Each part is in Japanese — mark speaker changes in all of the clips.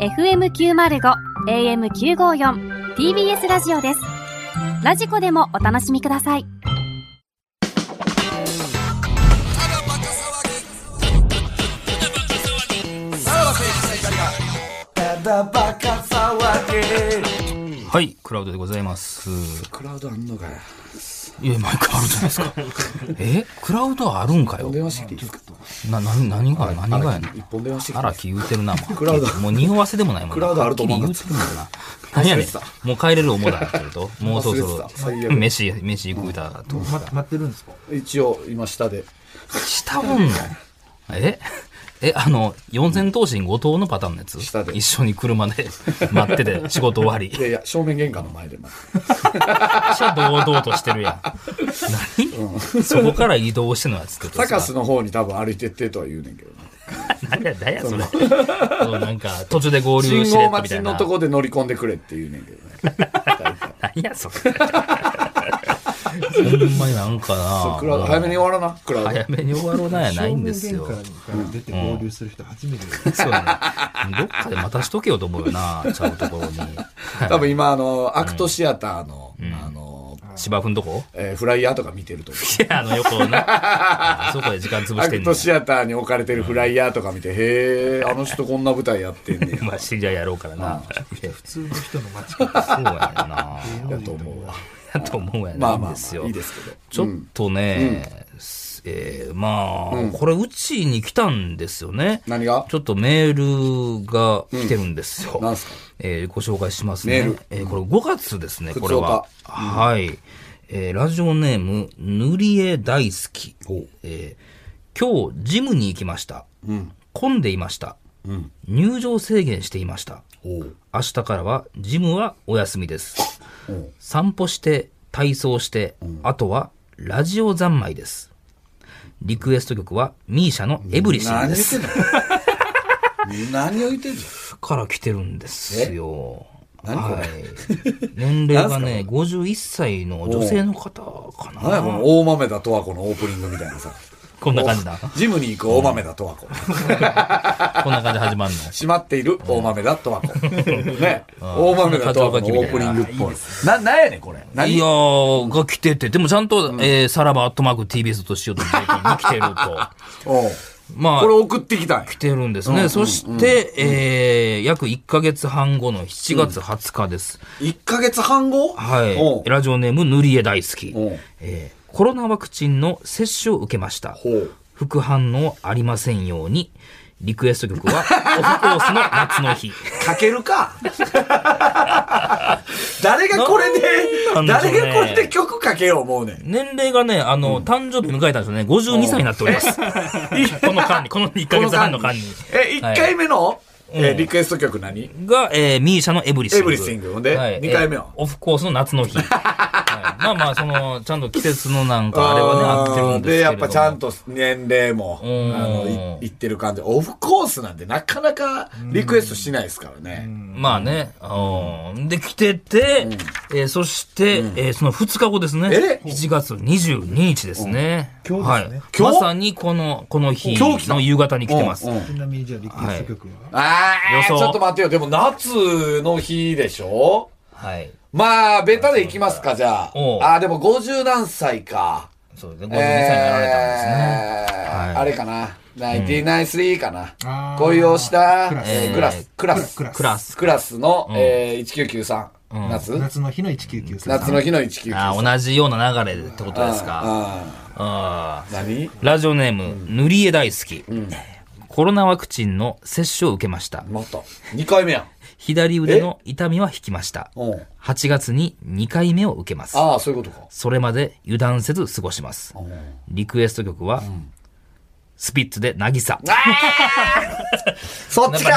Speaker 1: FM905 AM954 TBS ラジオですラジコでもお楽しみください
Speaker 2: はい、クラウドでございます。
Speaker 3: クラウドあんのかよ。
Speaker 2: いや、毎回あるじゃないで すか。えクラウドあるんかよ。
Speaker 3: 電話してきていいですか
Speaker 2: な、な、何が、何がやね
Speaker 3: 一
Speaker 2: ん。
Speaker 3: 本電話してきていい
Speaker 2: 荒
Speaker 3: ですか
Speaker 2: 木言うてるな、もう。
Speaker 3: クラウド
Speaker 2: もう匂わせでもないもんな
Speaker 3: クラウドあると思う
Speaker 2: はっきり言うてるもんな。何やねん。もう帰れる思うだなってると。もうそろ
Speaker 3: 忘れてた
Speaker 2: そ
Speaker 3: 最
Speaker 2: ろ、
Speaker 3: 悪
Speaker 2: 飯、飯食うたと。
Speaker 3: 一応、今下で。
Speaker 2: 下おんのええ、あの、四千頭身後藤のパターンのやつ
Speaker 3: 下で
Speaker 2: 一緒に車で待ってて仕事終わり
Speaker 3: い。やいや、正面玄関の前で。
Speaker 2: 私は堂々としてるやん。何そこから移動してんのやつってと
Speaker 3: サ
Speaker 2: さ
Speaker 3: カスの方に多分歩いてってとは言うねんけどね。
Speaker 2: 何や、何や、それ。そうなんか、途中で合流
Speaker 3: 信
Speaker 2: し
Speaker 3: 号
Speaker 2: れっとみ
Speaker 3: 待
Speaker 2: た
Speaker 3: ち
Speaker 2: い
Speaker 3: の
Speaker 2: な
Speaker 3: と。こで乗り込んでくれって言うねんけどね。
Speaker 2: 何や、それ。ほんまになんかな。
Speaker 3: クラウド、早めに終わらな、クラウ
Speaker 2: 早めに終わろうなんやないんですよ
Speaker 4: 正。面玄関から出て合流する人初めてです。
Speaker 2: そうやねどっかで待たしとけよと思うよな、ちゃうところに。
Speaker 3: ド。多分今、あの、アクトシアターの、あの、
Speaker 2: 芝生んとこ
Speaker 3: えーフライヤーとか見てると思う。
Speaker 2: いや、あの横をな。あそこで時間潰
Speaker 3: ア
Speaker 2: して
Speaker 3: ク
Speaker 2: んの
Speaker 3: ト。シアターに置かれてるフライヤーとか見て、へえ、あの人こんな舞台やってんね
Speaker 2: まあ、知り合いやろうからな。いや
Speaker 4: 普通の人の街 から
Speaker 2: そうやねんな。
Speaker 3: や。やと思うわ。
Speaker 2: やと思うや
Speaker 3: ま
Speaker 2: な
Speaker 3: あ
Speaker 2: いん
Speaker 3: まあ
Speaker 2: です、よ
Speaker 3: いい。ですけど。
Speaker 2: ちょっとね、えーまあ、これ、うちに来たんですよね。
Speaker 3: 何が
Speaker 2: ちょっとメールが来てるんですよ。
Speaker 3: なんすか
Speaker 2: えーご紹介しますね。
Speaker 3: メール
Speaker 2: えーこれ5月ですね、
Speaker 3: 普通
Speaker 2: これは。はい。えーラジオネーム、塗り絵大好き。えー今日、ジムに行きました。混んでいました。入場制限していました。明日からはジムはお休みです。散歩して、体操して、あとはラジオ三昧です。リクエスト曲はミーシャのエブリシン
Speaker 3: 何言
Speaker 2: で
Speaker 3: って
Speaker 2: す。
Speaker 3: んの何を言ってんの
Speaker 2: から来てるんですよ。
Speaker 3: 何これ
Speaker 2: はい、 年齢がね、51歳の女性の方か
Speaker 3: 何やこ
Speaker 2: な。
Speaker 3: の大豆田十和子のオープニングみたいなさ。
Speaker 2: こんな感じだ。
Speaker 3: ジムに行く大豆田十和子。
Speaker 2: こんな感じで始まるの。
Speaker 3: 閉まっている大豆田十和子。ね。大豆田十和子のオープニングっぽい。な、なんやねんこれ。
Speaker 2: い
Speaker 3: 何
Speaker 2: やー、が来てて、でもちゃんと、えーさらばアットマーク TBS としようと思って来てると。
Speaker 3: おう
Speaker 2: まあ、
Speaker 3: これ送ってきたんや
Speaker 2: 来てるんですね。そして、えー約1ヶ月半後の7月20日です。
Speaker 3: 一ヶ月半後おう
Speaker 2: はい。ラジオネーム、塗り絵大好き
Speaker 3: おう。
Speaker 2: えーコロナワクチンの接種を受けました
Speaker 3: ほう。
Speaker 2: 副反応ありませんように。リクエ スト曲は、オフコースの夏の日。
Speaker 3: かけるか。 誰がこれで
Speaker 2: なん、なんでしょうね
Speaker 3: 誰がこれで曲かけよう思うねん。
Speaker 2: 年齢がね、あの、誕生日迎えたんですよね。52歳になっております。 この間に、この1ヶ月半の間に。
Speaker 3: え、一回目の
Speaker 2: ん
Speaker 3: えーリクエスト曲何
Speaker 2: が、えー、ミーシャのエブリシング。
Speaker 3: エブリシングほんで二回目は
Speaker 2: オフコースの夏の日。はいまあまあ、その、ちゃんと季節のなんか、あれ はね、合ってるんですけれども。
Speaker 3: やっぱちゃんと年齢も、あ
Speaker 2: ん
Speaker 3: の、いいってる感じ。オフコースなんてなかなかリクエストしないですからね。
Speaker 2: まあね、うん。で、来てて、えーそして、えーその2日後ですね。
Speaker 3: え
Speaker 2: ?7 月22日ですね。
Speaker 4: うん今日ですね
Speaker 2: はい。
Speaker 3: 今
Speaker 2: ま
Speaker 3: 日
Speaker 2: さにこの、この日
Speaker 3: 今日来た
Speaker 2: の夕方に来てます。
Speaker 3: うんうん
Speaker 4: ちなみにじゃあリクエスト曲は、
Speaker 3: ああ、ち
Speaker 2: 予想
Speaker 3: ょっと待ってよ。でも夏の日でしょ
Speaker 2: はい。
Speaker 3: まあ、ベタでいきますか、じゃあ。
Speaker 2: おう
Speaker 3: ああ、でも50何歳か。
Speaker 2: そうですね。52歳になられたんですね。
Speaker 3: え
Speaker 2: はい
Speaker 3: ーあれかな。993かな
Speaker 4: あ。ー
Speaker 3: 恋をした、
Speaker 4: クラス
Speaker 3: えークラス、クラス、
Speaker 4: クラ
Speaker 2: クラス。
Speaker 3: クラスの、えー1993、
Speaker 2: ん
Speaker 3: 夏
Speaker 4: 夏の日の1993。
Speaker 3: 夏の日の1993。
Speaker 2: あー同じような流れでってことですか。
Speaker 3: あ
Speaker 2: あ
Speaker 3: ー何
Speaker 2: ーラジオネーム、塗り絵大好き。コロナワクチンの接種を受けました。
Speaker 3: また。2回目やん。
Speaker 2: 左腕の痛みは引きました。
Speaker 3: うん。
Speaker 2: 8月に2回目を受けます。
Speaker 3: ああ、そういうことか。
Speaker 2: それまで油断せず過ごします。 リクエスト曲は、スピッツで渚。やっ
Speaker 3: そ
Speaker 2: ぱ夏で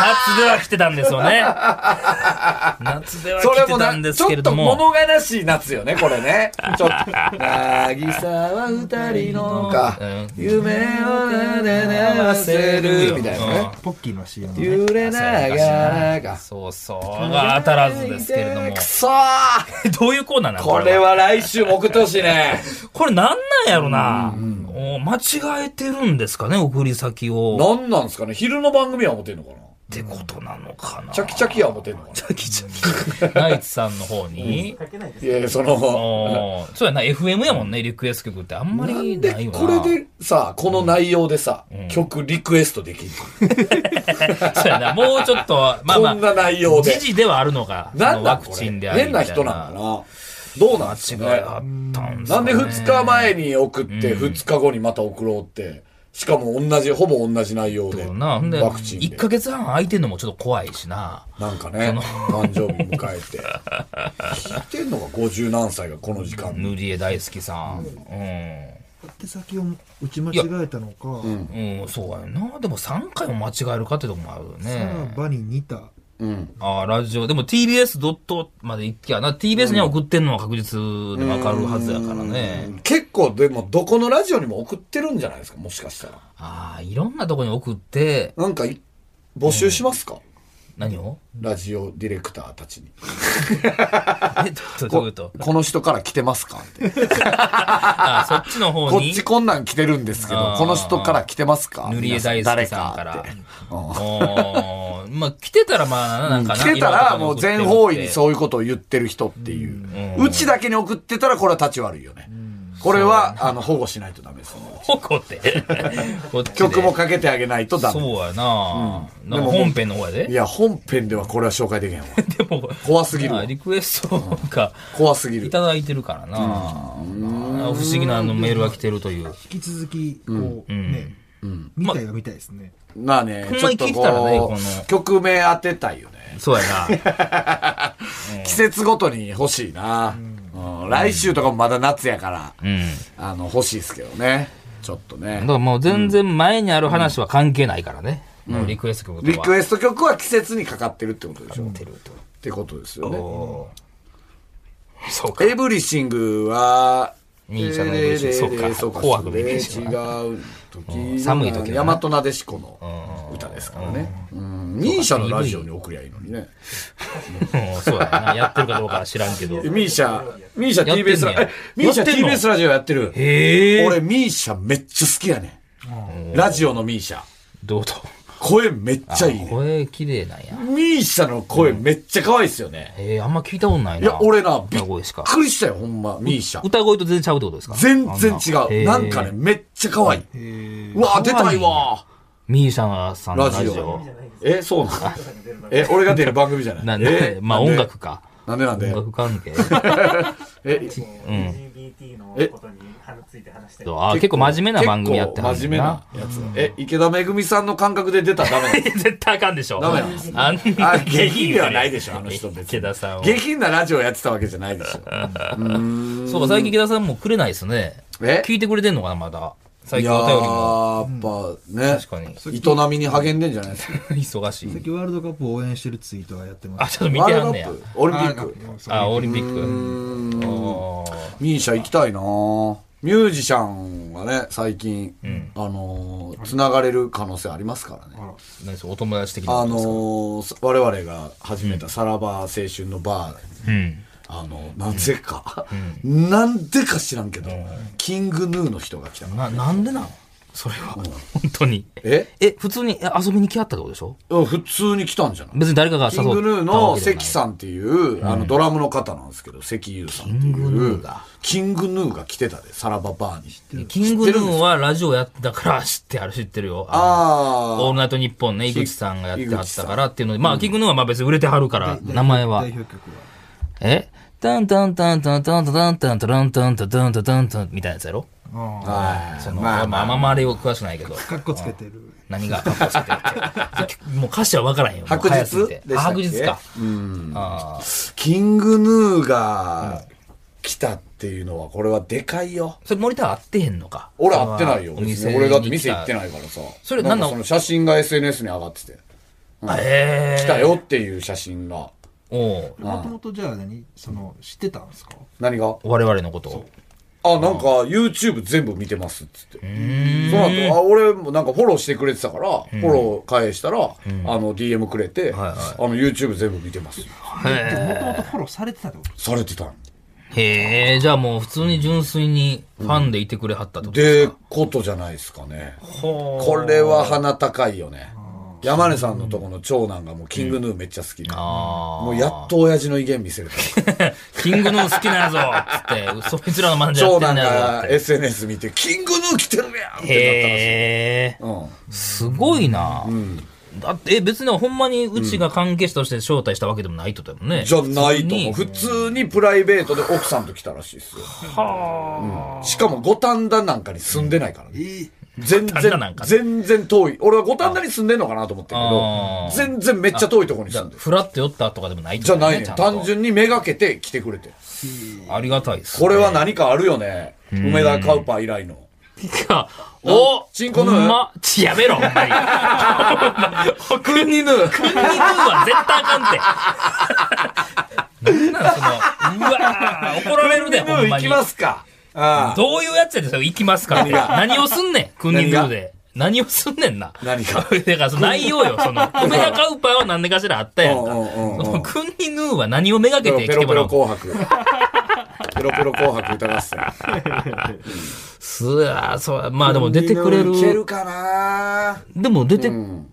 Speaker 2: は来てたんですよね。夏では
Speaker 3: そ
Speaker 2: 来
Speaker 3: れ
Speaker 2: て
Speaker 3: も
Speaker 2: た
Speaker 3: なん
Speaker 2: で
Speaker 3: ち
Speaker 2: すけ
Speaker 3: ょ
Speaker 2: れ
Speaker 3: っ
Speaker 2: ど
Speaker 3: と
Speaker 2: も。
Speaker 3: 物悲しい夏よね、これね。ちょっと。なぎさは二人のか
Speaker 2: うん、
Speaker 3: 夢をなでなわせる、みたいなね。
Speaker 4: ポッキーの CM のね。
Speaker 3: 揺れながらが。
Speaker 2: そうそう。が当たらずですけれども
Speaker 3: く。そー
Speaker 2: どういうコーナーなの
Speaker 3: これ。は来週も送ってほしいね。
Speaker 2: これなんなんやろな、お間違えてるんですかね、送り先を。
Speaker 3: なんなんすかね昼の番組は思ってんのかな
Speaker 2: ってことなのかな。
Speaker 3: チャキチャキや思てんのか
Speaker 2: チャキチャキ。ナイツさんの方に。
Speaker 3: ないやいや、その、
Speaker 2: おーそうやな、FM やもんね、リクエスト曲ってあんま
Speaker 3: な
Speaker 2: り
Speaker 3: ん
Speaker 2: ない
Speaker 3: で
Speaker 2: よな。
Speaker 3: これでさ、この内容でさ、曲リクエストできる
Speaker 2: そうやな、もうちょっと、まあま
Speaker 3: こ
Speaker 2: あ
Speaker 3: ん、な内容で
Speaker 2: 時。事ではあるのか。
Speaker 3: なんだ
Speaker 2: ワク
Speaker 3: こ
Speaker 2: チ
Speaker 3: れ
Speaker 2: ンであり
Speaker 3: 変な人なのかなどうなんすか
Speaker 2: 間違い
Speaker 3: ね
Speaker 2: あったんす
Speaker 3: な
Speaker 2: か
Speaker 3: ん
Speaker 2: ね
Speaker 3: で2日前に送って、2日後にまた送ろうって。しかも同じ、ほぼ同じ内容で。
Speaker 2: そうな。ほんで、
Speaker 3: ワクチン
Speaker 2: 1
Speaker 3: で。
Speaker 2: ヶ月半空いてんのもちょっと怖いしな。
Speaker 3: なんかね、誕生日迎えて。 聞いてんのが50何歳がこの時間に。
Speaker 2: 塗り絵大好きさん。う
Speaker 4: 手先を打ち間違えたのか、
Speaker 2: ん。うん、そうやな。でも3回も間違えるかってとこもあるよ
Speaker 4: さら
Speaker 2: ね。
Speaker 4: ばに似た。
Speaker 3: うん。
Speaker 2: ああ、ラジオ。でも TBS ドットまで行っきゃな。TBS には送ってんのは確実でわかるはずやからね。
Speaker 3: 結構でもどこのラジオにも送ってるんじゃないですかもしかしたら。
Speaker 2: ああ、いろんなとこに送って、
Speaker 3: なんかい募集しますか、
Speaker 2: 何を
Speaker 3: ラジオディレクターたちに。
Speaker 2: え、どういうことどういうこと
Speaker 3: この人から来てますかって。
Speaker 2: ああ、そっちの方
Speaker 3: こ
Speaker 2: に
Speaker 3: っち。こんなん来てるんですけど
Speaker 2: あ、ー
Speaker 3: この人から来てますか
Speaker 2: 塗り絵大好きさんか
Speaker 3: 誰
Speaker 2: ら
Speaker 3: って。
Speaker 2: おーまあ、来てたらまあ、なんかな。
Speaker 3: 来てたらもう全方 位に
Speaker 2: う。
Speaker 3: そういうことを言ってる人っていう。うちだけに送ってたらこれは立ち悪いよね。これは、あの、保護しないとダメですね。
Speaker 2: こ って。こっちで
Speaker 3: 曲もかけてあげないとダメ。
Speaker 2: そうやな、
Speaker 3: うん
Speaker 2: なんか
Speaker 3: でも
Speaker 2: 本編の方やで。
Speaker 3: いや、本編ではこれは紹介できへんわ。
Speaker 2: でも、
Speaker 3: 怖すぎる
Speaker 2: まあリクエストが
Speaker 3: 怖すぎ
Speaker 2: い
Speaker 3: る。
Speaker 2: ただいてるからな、不思議なあのメールが来てるという。
Speaker 4: 引き続き、こう、ね、見たいは見たいですね。
Speaker 3: まあね
Speaker 2: ほ、ん
Speaker 3: ち
Speaker 2: ま
Speaker 3: ょっ
Speaker 2: に
Speaker 3: と
Speaker 2: 聞いてたらね
Speaker 3: こ
Speaker 2: この
Speaker 3: う、曲名当てたいよね。
Speaker 2: そうや な。
Speaker 3: 季節ごとに欲しいな、うん来週とかもまだ夏やから、
Speaker 2: うん。
Speaker 3: あの欲しいですけどねちょっと
Speaker 2: だ
Speaker 3: ね
Speaker 2: からもう全然前にある話は関係ないからね。もうリクエスト曲とは。
Speaker 3: リク
Speaker 2: エ
Speaker 3: エスト曲は季節にかかってるってことでしょっ
Speaker 2: スト。
Speaker 3: てことですよね
Speaker 2: おーそうか。
Speaker 3: エブリシングは
Speaker 2: ミーシャのエブリシングそうか紅白のイメージ
Speaker 3: 違う
Speaker 2: うん
Speaker 3: 時
Speaker 2: 寒い時だ
Speaker 3: 大
Speaker 2: な
Speaker 3: 和なでしこの歌ですからねうんミーシャのラジオに送りゃいいのにね
Speaker 2: うんそうやな。やってるかどうかは知らんけど。
Speaker 3: ミーシャミーシャ
Speaker 2: やってんねや
Speaker 3: TBS ラミーシャ
Speaker 2: やってんの
Speaker 3: TBS ラジオやってる
Speaker 2: へえ。
Speaker 3: 俺ミーシャめっちゃ好きやねんラジオのミーシャ
Speaker 2: どうと。
Speaker 3: 声めっちゃいいね
Speaker 2: 声綺麗なんや。
Speaker 3: ミーシャの声めっちゃ可愛いっすよね。
Speaker 2: えー、あんま聞いたことないな。
Speaker 3: いや、俺な、びっ
Speaker 2: 歌声しか。
Speaker 3: くりしたよ、ほんま、ミーシャ。
Speaker 2: 歌声と全然ちゃうってことですか
Speaker 3: 全然違
Speaker 2: あんなへ
Speaker 3: う。
Speaker 2: ー
Speaker 3: なんかね、めっちゃ可愛い。うわ、出たいわ。
Speaker 2: ミーシャさんの
Speaker 3: ラ
Speaker 2: ラジ
Speaker 3: ジ
Speaker 2: オ
Speaker 3: オ。。え、そうなの え、俺が出る番組じゃない。
Speaker 2: なんで
Speaker 3: え、
Speaker 2: まあ
Speaker 3: なん
Speaker 2: 音
Speaker 3: で
Speaker 2: 楽か。
Speaker 3: なんでなん
Speaker 2: 音
Speaker 3: で
Speaker 2: 楽関 係。
Speaker 3: え、
Speaker 5: LGBT のことについて話してる
Speaker 2: あー結構真面目な番組やっては
Speaker 3: は
Speaker 2: んね
Speaker 3: 真
Speaker 2: ん
Speaker 3: 面目な
Speaker 2: な。
Speaker 3: やつ。え、池田めぐみさんの感覚で出たらダメなの
Speaker 2: 絶対あかんでしょ。
Speaker 3: ダメな
Speaker 2: あんな
Speaker 3: あ下品ではないでしょあの人別に
Speaker 2: 池田 さんは。
Speaker 3: 下品なラジオやってたわけじゃないでしょ。
Speaker 2: そうか、最近池田さんもくれないですね。
Speaker 3: え
Speaker 2: 聞いてくれてんのかな、まだ。最
Speaker 3: い
Speaker 2: 近
Speaker 3: や
Speaker 2: お便りも。
Speaker 3: ーやっ
Speaker 2: 確
Speaker 3: ぱ
Speaker 2: か
Speaker 3: ね
Speaker 2: に、
Speaker 3: 営みに励んでんじゃないですか。
Speaker 2: 忙し
Speaker 4: 最
Speaker 2: い。
Speaker 4: 近ワールドカップを応援してるツイートはやってま
Speaker 2: あ、
Speaker 4: す。
Speaker 2: ちょっと 見
Speaker 3: ワ
Speaker 2: て
Speaker 3: ール
Speaker 2: ら
Speaker 3: ドカ
Speaker 2: んねや
Speaker 3: ッ。プ、オリンピッ
Speaker 4: あー
Speaker 3: ク。
Speaker 4: なんか
Speaker 2: あ、オリンピッ
Speaker 3: う
Speaker 2: ク。
Speaker 3: ん
Speaker 2: おー
Speaker 3: ミーシャ行きたいなぁミュージシャンがね、最近、あのー、つながれる可能性ありますからね。
Speaker 2: 何それお友達的な
Speaker 3: あ
Speaker 2: こと
Speaker 3: の
Speaker 2: ですか
Speaker 3: ー、我々が始めたさらば青春のバー、
Speaker 2: うん。
Speaker 3: あの、なぜか、なんでか知らんけど、キングヌーの人が来たの。
Speaker 2: な、なんでなのそれは。本当に。
Speaker 3: え
Speaker 2: え、普通にえ遊びに来合ったってことでしょ
Speaker 3: うん普通に来たんじゃない
Speaker 2: 別に誰かが誘
Speaker 3: キ
Speaker 2: った
Speaker 3: ングヌー
Speaker 2: わ
Speaker 3: の
Speaker 2: けじゃない
Speaker 3: 関さんっていう、あのドラムの方なんですけど、関優さんっていう。キングヌーが。キングヌーが来てたで、さらばバーに。
Speaker 2: キングヌーはラジオやってたから知ってある知ってるよ。あ
Speaker 3: あ
Speaker 2: の
Speaker 3: ー
Speaker 2: オールナイトニッポンね、井口さんがやっては
Speaker 3: 井
Speaker 2: っ
Speaker 3: 口
Speaker 2: た
Speaker 3: さん
Speaker 2: からっていうので、まあ、キングヌーはまあ別に売れてはるから、名前は
Speaker 4: 代。表曲は。
Speaker 2: えタンタンタンタンタンタンタンタンタンタンタンタンタンタンみたいなやつやろ
Speaker 3: はい
Speaker 2: その、まあまあ、まりよく詳しくないけど。
Speaker 4: かっこつけてる。
Speaker 2: 何が格好つけてる って。もう歌詞は分からへんよ。もう
Speaker 3: 白日
Speaker 2: 早すぎて
Speaker 3: でしたっけ
Speaker 2: 白日か。
Speaker 3: うん
Speaker 2: あー
Speaker 3: キングヌーが来たっていうのはこれはでかいよ。
Speaker 2: それ森田は会ってへんのか。
Speaker 3: 俺会ってないよ。
Speaker 2: お店
Speaker 3: 別に俺だって店行って
Speaker 2: い。
Speaker 3: ないからさ。
Speaker 2: それなんな
Speaker 3: か
Speaker 2: ん
Speaker 3: その写真が SNS に上がってて。
Speaker 2: ええー。
Speaker 3: 来たよっていう写真が。
Speaker 2: おう
Speaker 4: もともとじゃあ何その、知ってたんですか
Speaker 3: 何が
Speaker 2: 我々のことを。
Speaker 3: あ、なんか YouTube 全部見てますっつって。その後、あ、俺もなんかフォローしてくれてたから、フォロー返したら、あの DM くれて、
Speaker 2: はいは
Speaker 3: あ
Speaker 2: い
Speaker 3: の YouTube 全部見てます。
Speaker 4: もともとフォローされてたってこと
Speaker 3: されてたん
Speaker 2: へえ、じゃあもう普通に純粋にファンでいてくれはったってこと
Speaker 3: でことじゃないですかね。
Speaker 2: ほ
Speaker 3: これは鼻高いよね。山根さんのとこの長男がもうキングヌーめっちゃ好きで、
Speaker 2: あー
Speaker 3: もうやっと親父の威厳見せる
Speaker 2: キングヌー好きなんやぞ つって、そいつらのマネージ ャー
Speaker 3: 長
Speaker 2: やって
Speaker 3: 男
Speaker 2: んねや
Speaker 3: が
Speaker 2: ぞって。
Speaker 3: SNS 見て「キングヌー来てるやん!」って
Speaker 2: へえ、
Speaker 3: なったらしい、
Speaker 2: すごいな。だって、え別にほんまにうちが関係者として招待したわけでもないってことだもんね。
Speaker 3: うん、じゃないと思う
Speaker 2: 普通
Speaker 3: 普通にプライベートで奥さんと来たらしいですようんしかも五反田なんかに住んでないからね、全
Speaker 2: 五反田
Speaker 3: 然
Speaker 2: なんかね
Speaker 3: 全然遠い俺は五反田に住んでんのかなと思ってるけ
Speaker 2: あ
Speaker 3: ど
Speaker 2: ー
Speaker 3: 全然めっちゃ遠いところ
Speaker 2: に
Speaker 3: に
Speaker 2: じ
Speaker 3: 住
Speaker 2: ゃあ
Speaker 3: んでる
Speaker 2: フラッと寄ったとかでもないって
Speaker 3: じ
Speaker 2: こ
Speaker 3: ゃ
Speaker 2: とだ
Speaker 3: な
Speaker 2: ね
Speaker 3: いね
Speaker 2: ちんと
Speaker 3: 単純にめがけて来てくれてる
Speaker 2: ありがたいです、
Speaker 3: これは何かあるよね梅田カウパー以来の
Speaker 2: か。お
Speaker 3: チンコヌー
Speaker 2: ほんま、ちやめろ、ほん まに。ほんまクンニヌー。クンニヌーは絶対あかんって。なんなんその、うわー怒られるで、ほんま
Speaker 3: 行
Speaker 2: に
Speaker 3: き。ますかああ
Speaker 2: どういうやつやでそれ行きますかって。何をすんねん、クンニヌーで。何をすんねんな。
Speaker 3: 何が
Speaker 2: だから、その内容よ。その、梅田カウパーは何でかしらあったやんか。
Speaker 3: うんうんうんうん
Speaker 2: クンニヌーは何をめがけ
Speaker 3: ペロ
Speaker 2: て
Speaker 3: ペ
Speaker 2: 来てもら
Speaker 3: ロ
Speaker 2: うの
Speaker 3: 紅白 ペロペロ紅白歌合戦
Speaker 2: すわーそう、まあでも出てくれる。
Speaker 3: いけるかな
Speaker 2: でも出て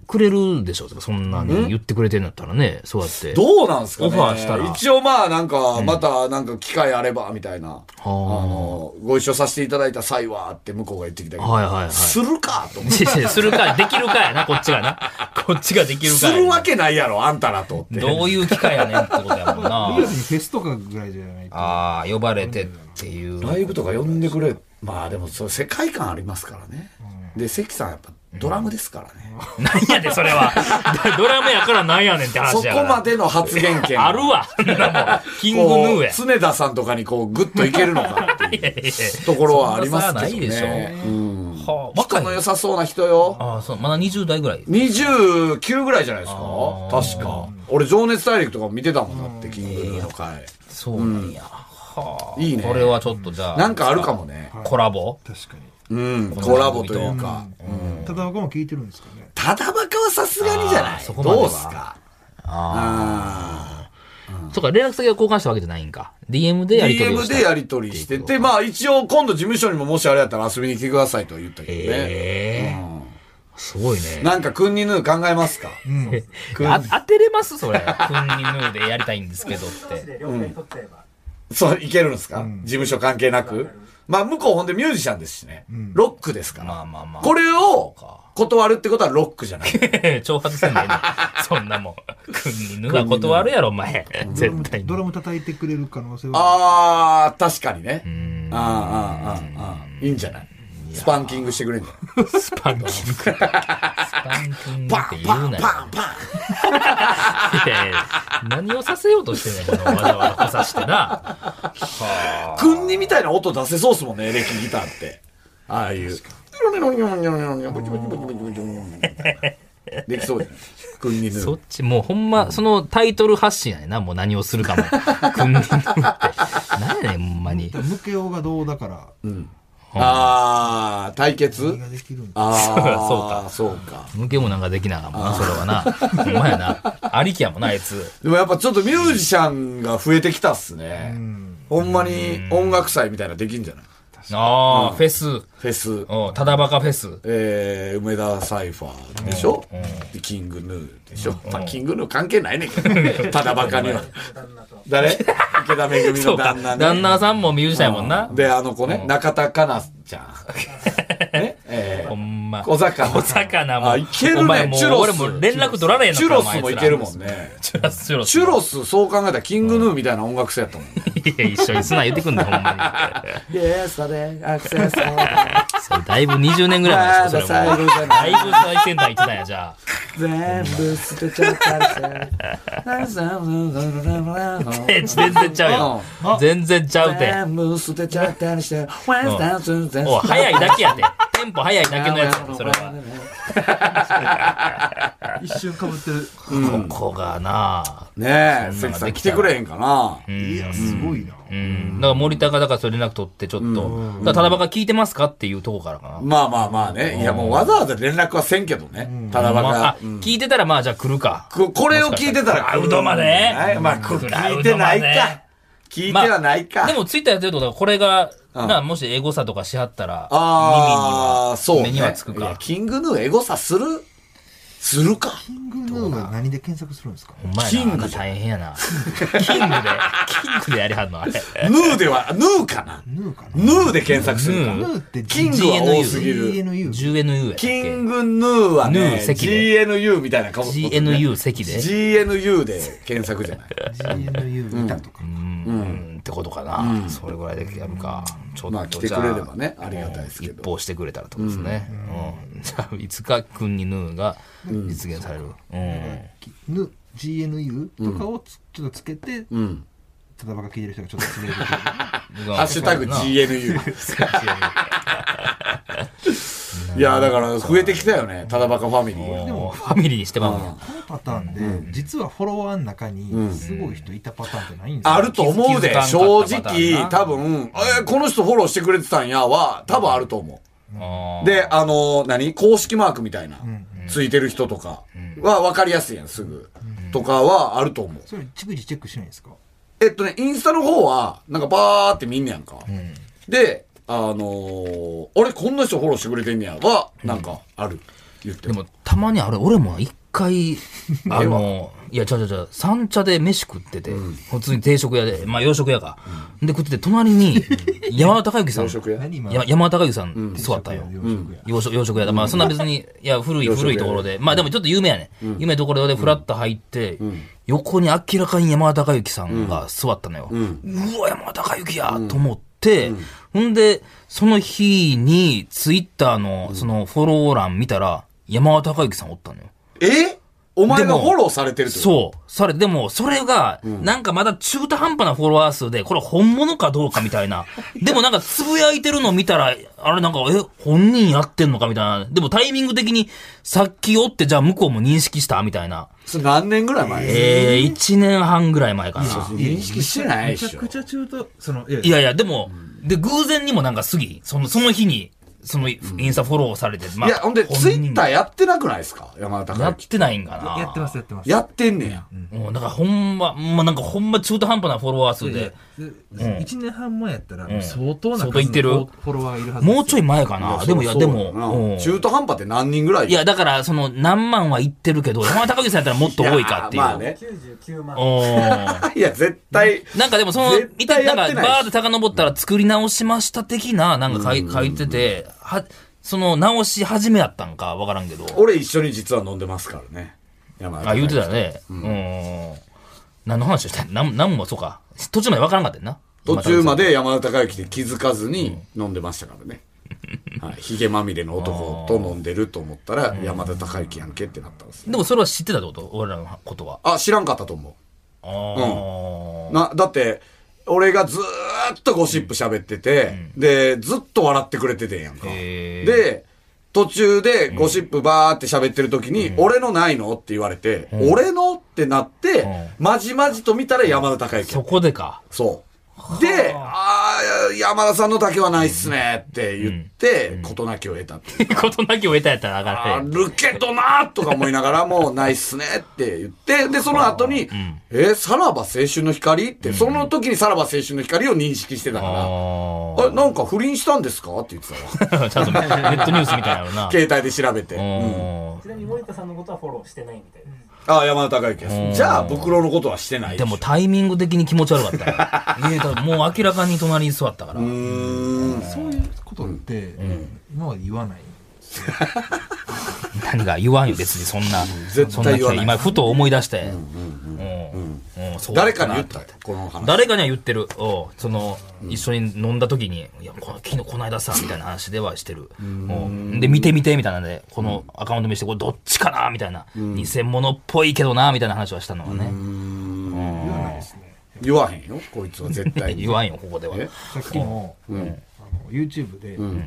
Speaker 2: くれるでしょ、そんなに言ってくれてんだったらね、そうやって。
Speaker 3: どうなんすかね
Speaker 2: オファーしたら
Speaker 3: 一応まあなんか、またなんか機会あれば、みたいな、あの、ご一緒させていただいた際は、って向こうが言ってきたけど、
Speaker 2: はいはいはい。
Speaker 3: するかと思って。
Speaker 2: いやいやするか、できるかやな、こっちがな。こっちができる
Speaker 3: す
Speaker 2: かやな
Speaker 3: るわけないやろ、あんたらとって。
Speaker 2: どういう機会やねんってことやもんな
Speaker 4: リア。ルにフェスとかぐらいじゃないと。
Speaker 2: ああ、呼ばれてっていう。
Speaker 3: ライブとか呼んでくれ。まあでも、そう世界観ありますからね。で、関さんやっぱドラムですからね。
Speaker 2: なんやで、それは。 だドラムやからなんやねんって
Speaker 3: そ
Speaker 2: 話やか
Speaker 3: こ
Speaker 2: ら。
Speaker 3: までの発言権。
Speaker 2: あるわ、そんなもんキングヌ
Speaker 3: こ
Speaker 2: ー
Speaker 3: う
Speaker 2: や。
Speaker 3: 常田さんとかにこうグッといけるのかっていうところはあります
Speaker 2: そん
Speaker 3: け
Speaker 2: な
Speaker 3: ど
Speaker 2: 差ないで
Speaker 3: ね。うん
Speaker 2: はあ、
Speaker 3: 人
Speaker 2: 若い
Speaker 3: の。良さそうな人よ。
Speaker 2: ああ、そう、まだ20代ぐらい。
Speaker 3: 29ぐらいじゃないですか確か。俺、情熱大陸とか見てたもんだって、キングヌーの回。
Speaker 2: そうなんや。はあ。
Speaker 3: いいね
Speaker 2: これはちょっとじゃあ。
Speaker 3: なんかあるかもね。
Speaker 2: コラボ
Speaker 4: 確かに。
Speaker 3: うん、コラボというか。
Speaker 4: ただ僕も聞いてるんですかね。
Speaker 3: ただバカはさすがにじゃな
Speaker 2: あー
Speaker 3: い
Speaker 2: そこまでは
Speaker 3: どうすかあ
Speaker 2: そうか、連絡先を交換したわけじゃないんか。DM で
Speaker 3: ー
Speaker 2: やり取りを
Speaker 3: DM
Speaker 2: した。
Speaker 3: でやり取りしてて、まあ一応今度事務所にももしあれやったら遊びに来てくださいとは言ったけどね。
Speaker 2: ええすごいね。
Speaker 3: なんか、クンニヌー考えますか
Speaker 2: あ当てれますそれ。クンニヌーでやりたいんですけどって。
Speaker 5: で了解取っちゃえば、
Speaker 3: そう、いけるんですか事務所関係なく。まあ、向こうほんでミュージシャンですしね。ロックですから。
Speaker 2: まあまあまあ。
Speaker 3: これを断るってことはロックじゃない。
Speaker 2: れ挑発せんでええねんそんなもん。クンニヌーは断るやろ、お前。絶対
Speaker 4: ド
Speaker 2: に。
Speaker 4: ラム叩いてくれる可能性は。
Speaker 3: あー、確かにね。あーあー、あーあー、いいんじゃないスパンキングしてくれんじゃない
Speaker 2: スパンキング。スパンキングっ
Speaker 3: パ
Speaker 2: て
Speaker 3: ン
Speaker 2: 言
Speaker 3: パ
Speaker 2: う
Speaker 3: ン
Speaker 2: なよ。
Speaker 3: パンパ
Speaker 2: いやいや何をさせようとしてんねん、このわざわざ来さしてな。
Speaker 3: ンクンニみたいな音出せそうっすもんね、エレキギターって。ああいう。 できそうじゃないクンニヌ
Speaker 2: そっ
Speaker 3: ー。
Speaker 2: ち、もうほんま、そのタイトル発信やねんな、もう何をするかも。クンニヌーって。何やねん、ほんまに。
Speaker 4: 向けようがどうだから、
Speaker 3: あー、対 決
Speaker 4: 何ができるんだ。
Speaker 3: あー、そうか。
Speaker 2: 向けもなんかできなあかんもんな、それはな。ほんま やな。ありきやもんな、あいつ。
Speaker 3: でもやっぱちょっとミュージシャンが増えてきたっすね。ほんまに音楽祭みたいなできんじゃない
Speaker 2: ああ、フェス。
Speaker 3: フェス。
Speaker 2: うん、ただバカフェス。
Speaker 3: えー、梅田サイファーでしょ、でキングヌーでしょ、まあ、キングヌー関係ないねんけど ただバカには誰池田めぐみ
Speaker 2: そ
Speaker 3: の
Speaker 2: うか。
Speaker 3: 旦那ね
Speaker 2: 旦那さんもミュージシャンやもんな。
Speaker 3: であの子ね、中田香奈ち ゃんねえ
Speaker 2: ほ
Speaker 3: ー
Speaker 2: んま。
Speaker 3: 小魚
Speaker 2: お魚も。
Speaker 3: あいけるね
Speaker 2: お前もう
Speaker 3: チュロス
Speaker 2: 俺も連絡取られへんの
Speaker 3: チュロスもいけるもん
Speaker 2: ね。
Speaker 3: ね
Speaker 2: チュロス、チュロス。
Speaker 3: チュロスそう考えたらキングヌーみたいな音楽性やったもんね
Speaker 2: いや、一緒にすな言ってくんだ、ほんま
Speaker 3: 「イエスタデアクセス
Speaker 2: に。 それだいぶ20年ぐらい前でしょ、それも。
Speaker 3: じゃ
Speaker 2: だいぶ最先端行ってたんや、じゃあ。
Speaker 3: 全部捨てちゃったりして
Speaker 2: え 全然ちゃうよ。全然ちゃうて。
Speaker 3: 部捨てちゃったりしてお
Speaker 2: おい、早いだけやて。テンポ早いだけのやつやもんそれは。
Speaker 4: 一瞬かぶってる。
Speaker 2: ここがなあ
Speaker 3: ねえ関さん来てくれへんかない
Speaker 4: や、すごいな。
Speaker 2: うん、だから森田がだからそれ連絡取ってちょっと、だからただばか聞いてますかっていうとこからかな。
Speaker 3: まあまあまあねいやもうわざわざ連絡はせんけどねただば
Speaker 2: まあ
Speaker 3: か、
Speaker 2: あ聞いてたらまあじゃあ来るか。
Speaker 3: ここれを聞いてたら
Speaker 2: クラウドまで
Speaker 3: はいまあこ
Speaker 2: クラ
Speaker 3: 聞い
Speaker 2: ウドまで
Speaker 3: てないか聞いてはないか
Speaker 2: でもツイッターやってるってことはこれが、
Speaker 3: うん
Speaker 2: なもしエゴサとかしはったら、耳
Speaker 3: あ
Speaker 2: に
Speaker 3: あ
Speaker 2: は、
Speaker 3: そうね
Speaker 2: 目にはつく
Speaker 3: いや
Speaker 2: か。
Speaker 3: キングヌーエゴサするするか。
Speaker 4: キングヌーは何で検索するんですか
Speaker 2: ほんまやな
Speaker 3: キング
Speaker 2: なんか大変やな。キングで、キングでやりはんの、あれ。
Speaker 3: ヌーでは、ヌーかな。
Speaker 4: ヌーかな
Speaker 3: ヌーで検索するか。
Speaker 2: ヌ
Speaker 4: ヌーって
Speaker 3: キングは多すぎる。
Speaker 4: GNU。
Speaker 2: 10NU やったっ
Speaker 3: キン
Speaker 2: け
Speaker 3: グヌーは
Speaker 2: ヌー
Speaker 3: ね、
Speaker 2: 席で
Speaker 3: GNU みたいな顔
Speaker 2: ?GNU 席で。
Speaker 3: GNU で検索 じゃない。
Speaker 4: GNU 見たとか。
Speaker 2: うん、うんってことかな。それぐらいでやるか。ちょ
Speaker 3: まあ
Speaker 2: っ
Speaker 3: 来
Speaker 2: と
Speaker 3: て
Speaker 2: じ
Speaker 3: く
Speaker 2: ゃ
Speaker 3: れれば
Speaker 2: あ、
Speaker 3: ね、ありがたいですけ
Speaker 2: 一
Speaker 3: ど。
Speaker 2: 報してくれたらってことですね。うん。 じゃあ、いつか君にヌーが実現される。うん。
Speaker 4: ヌ GNU とかをつちょっとつけて、
Speaker 3: うん。
Speaker 4: ただばか聞いてる人がちょっとつぶやいてくれる。
Speaker 3: ハッシュタグ GNU。いや、だから増えてきたよね、ただバカファミリー。
Speaker 2: でもファミリーにしてまうもん
Speaker 4: このパターンで、実はフォロワーの中にすごい人いたパターンってないんですか
Speaker 3: あると思うで
Speaker 2: 気づ、かんか
Speaker 3: 正
Speaker 2: ったパターン
Speaker 3: 直、
Speaker 2: な
Speaker 3: 多分、えーこの人フォローしてくれてたんやは、多分あると思う。
Speaker 2: あー
Speaker 3: で、あのー何公式マークみたいな、ついてる人とかは分かりやすいやん、すぐ。とかはあると思う。
Speaker 4: それ、逐次チェックしないんですか
Speaker 3: えっとね、インスタの方は、なんかバーって見んねやんか。で、あのーあれ、こんな人フォローしてくれてんねやは、なんかある。言って
Speaker 2: でも、たまにあれ、俺も一 回、あの、いや、ちゃうちゃうちゃう、三茶で飯食ってて、普通に定食屋で、まあ洋食屋か。で、食ってて、隣 に、山田孝之さん。
Speaker 3: 洋食屋
Speaker 4: 何今
Speaker 2: や山田孝之さん座ったよ。
Speaker 4: 洋食や
Speaker 2: 洋食、洋食屋だ。まあ、そんな別に、いや、古い、古いところで。まあ、でもちょっと有名やね。有名どころでフラッと入って、横に明らかに山田孝之さんが座ったのよ。うわ、山田孝之やと思って、ほんで、その日に、ツイッターの、その、フォロー欄見たら、山田孝之さんおったのよ。
Speaker 3: えお前
Speaker 2: で
Speaker 3: が
Speaker 2: も
Speaker 3: フォローされてるってこと
Speaker 2: そう。それ、でも、それが、なんかまだ中途半端なフォロワー数で、これ本物かどうかみたいな。 でもなんか、つぶやいてるの見たら、あれなんか、え、本人やってんのかみたいな。でもタイミング的に、さっきおって、じゃあ向こうも認識したみたいな。
Speaker 3: それ何年ぐらい前
Speaker 2: えー、1年半ぐらい前かな。
Speaker 3: 認識してないで
Speaker 4: め
Speaker 3: し
Speaker 4: ち
Speaker 3: ょ
Speaker 4: ゃ。くちゃ中途、その、いや
Speaker 2: いやいや、でも、で、偶然にもなんかすぎ、その、その日に、その、インスタフォローされて、ま
Speaker 3: いや、ほんで、
Speaker 2: 本
Speaker 3: ツイ
Speaker 2: 人
Speaker 3: ッターやってなくないですか山田
Speaker 2: や
Speaker 3: 孝
Speaker 2: っ
Speaker 3: 之。
Speaker 2: てないんかな。
Speaker 4: やってます、やってます。
Speaker 3: やってんねや。
Speaker 2: もうなんかほんま、まあ、なんかほんま中途半端なフォロワー数
Speaker 4: いやいや
Speaker 2: で
Speaker 4: で、1年半前やったら、相当な
Speaker 2: 相当いってる
Speaker 4: 数のフォロワーがいるはずですよ
Speaker 2: もうちょい前かな。でもいや、
Speaker 3: そう
Speaker 2: で
Speaker 3: だよ
Speaker 2: も
Speaker 3: な、
Speaker 2: うん
Speaker 3: 中途半端って何人ぐらい
Speaker 2: いや、だから、その、何万は言ってるけ ど、山田孝之さんやったらもっと多いかってい
Speaker 3: やまあ
Speaker 2: う。
Speaker 3: ね。
Speaker 5: 99万
Speaker 2: お
Speaker 3: いや、絶対、
Speaker 2: なんかでもその
Speaker 3: 絶、
Speaker 2: 見
Speaker 3: 対
Speaker 2: て、
Speaker 3: や
Speaker 2: な
Speaker 3: っ
Speaker 2: ん
Speaker 3: て
Speaker 2: か、
Speaker 3: ない
Speaker 2: バーって遡ったら作り直しました的な、なんか書い書いてて、は、その、直し始めやったんか、わからんけど。
Speaker 3: 俺一緒に実は飲んでますからね。山田孝
Speaker 2: あ、言う
Speaker 3: 之
Speaker 2: てたね。うん。何の話をしたなん、なんもそうか。途中までわからんかったよな。
Speaker 3: 途中まで山田孝之で気づかずに飲んでましたからね。はい、ヒゲまみれの男と飲んでると思ったら、山田孝之やんけってなったんですよ。
Speaker 2: でもそれは知ってたってこと俺らのことは。
Speaker 3: あ、知らんかったと思
Speaker 2: ああ。
Speaker 3: う。な、だって、俺がずーっとゴシップ喋ってて、で、ずっと笑ってくれててんやんか。
Speaker 2: へー
Speaker 3: で、途中でゴシップバーって喋ってる時に、俺のないのって言われて、俺のってなって、まじまじと見たら山田孝之や
Speaker 2: そこでか。
Speaker 3: そう。で、ああ、山田さんのだけはないっすねって言って、事なきを得たっていう。
Speaker 2: ことなきを得たやったらあか
Speaker 3: あ
Speaker 2: んね。
Speaker 3: るけどなーとか思いながらも、ないっすねって言って、で、その後に、えーさらば青春の光って、その時にさらば青春の光を認識してたから、
Speaker 2: あ
Speaker 3: あれ、なんか不倫したんですかって言って たわ。
Speaker 2: あ。ちゃんとネットニュースみたいなのな。
Speaker 3: 携帯で調べて。
Speaker 2: うん
Speaker 5: ちなみに森田さんのことはフォローしてないみたいです
Speaker 3: ああ、山田孝之です。じゃあ、ブクロのことはしてない
Speaker 2: でもタイミング的に気持ち悪かった よ。いやだからもう明らかに隣に座ったから。
Speaker 3: うーん。
Speaker 4: そういうことって、今まで言わない。
Speaker 2: 何が言わんよ、別にそんな。
Speaker 3: 絶対言わない
Speaker 2: そんな今、ふと思い出して。うんうんそうだ
Speaker 3: 誰
Speaker 2: っ
Speaker 3: か
Speaker 2: た
Speaker 3: に
Speaker 2: な
Speaker 3: 言ったよこの話。
Speaker 2: 誰かには言ってる。おうその、一緒に飲んだ時に、いや、この昨日、この間さ、みたいな話ではしてる。おうで、見てみて、みたいなんで、このアカウント見して、これどっちかなみたいな。偽物っぽいけどなみたいな話はしたのはね。
Speaker 3: 言わへんよ、こいつは絶対に
Speaker 2: 言。わんよ、ここでは。
Speaker 3: え
Speaker 4: さっきも、あの YouTube で、あの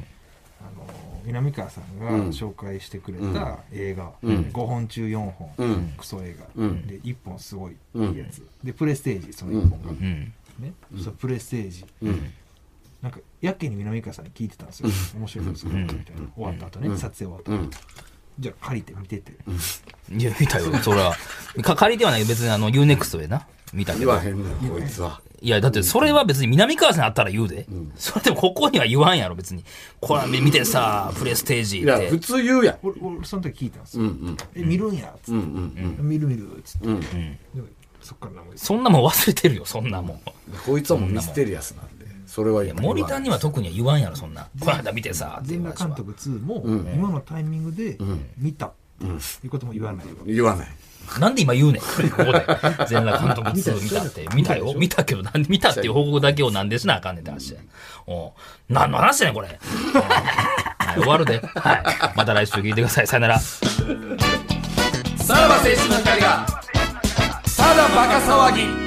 Speaker 4: 南川さんが紹介してくれた映画、5本中4本、クソ映画、で1本すごいいいやつ、でプレステージその1本が、
Speaker 2: うん。
Speaker 4: ねそうプレステージ、なんかやけに南川さんに聞いてたんですよ、面白いですかみたいな終わった後ね、撮影終わった後、じゃあ借りて見てて、
Speaker 2: いや、見たよ、そら。か借りてはないけど別にあの、ユーネクストでな。見たけ
Speaker 3: 言
Speaker 2: ど。
Speaker 3: わへんねんこいつは。
Speaker 2: いや、だってそれは別に南川さんあったら言うで。それでもここには言わんやろ、別に。これ見てさ、プレステージ
Speaker 3: いや、
Speaker 2: っ
Speaker 3: 普
Speaker 2: て。
Speaker 3: 通言うやん。
Speaker 4: 俺俺その時聞いたんですよ「え見るんや」っつって「見る見る」っつってでもそっから何も言って
Speaker 2: そんなもん忘れてるよ、そんなもん。
Speaker 3: こいつはもうミステリアスなんで、それは今
Speaker 2: 森田には特には言わんやろ、そんな。この間見てさ、ってい
Speaker 4: 全
Speaker 2: う
Speaker 4: 裸
Speaker 2: 話は
Speaker 4: 監督2も今のタイミングで見たっていうことも言わないよ
Speaker 3: 言わない。
Speaker 2: なんで今言うねん、ここで。全裸監督2見たって。見たよ。見たけど、なんで見たっていう報告だけをなんでしなあかんねんって話や。おう何の話やねん、これ。うんはい、終わるで。はい。また来週聞いてください。さよなら。
Speaker 3: さらば青春の光が、ただバカ騒ぎ。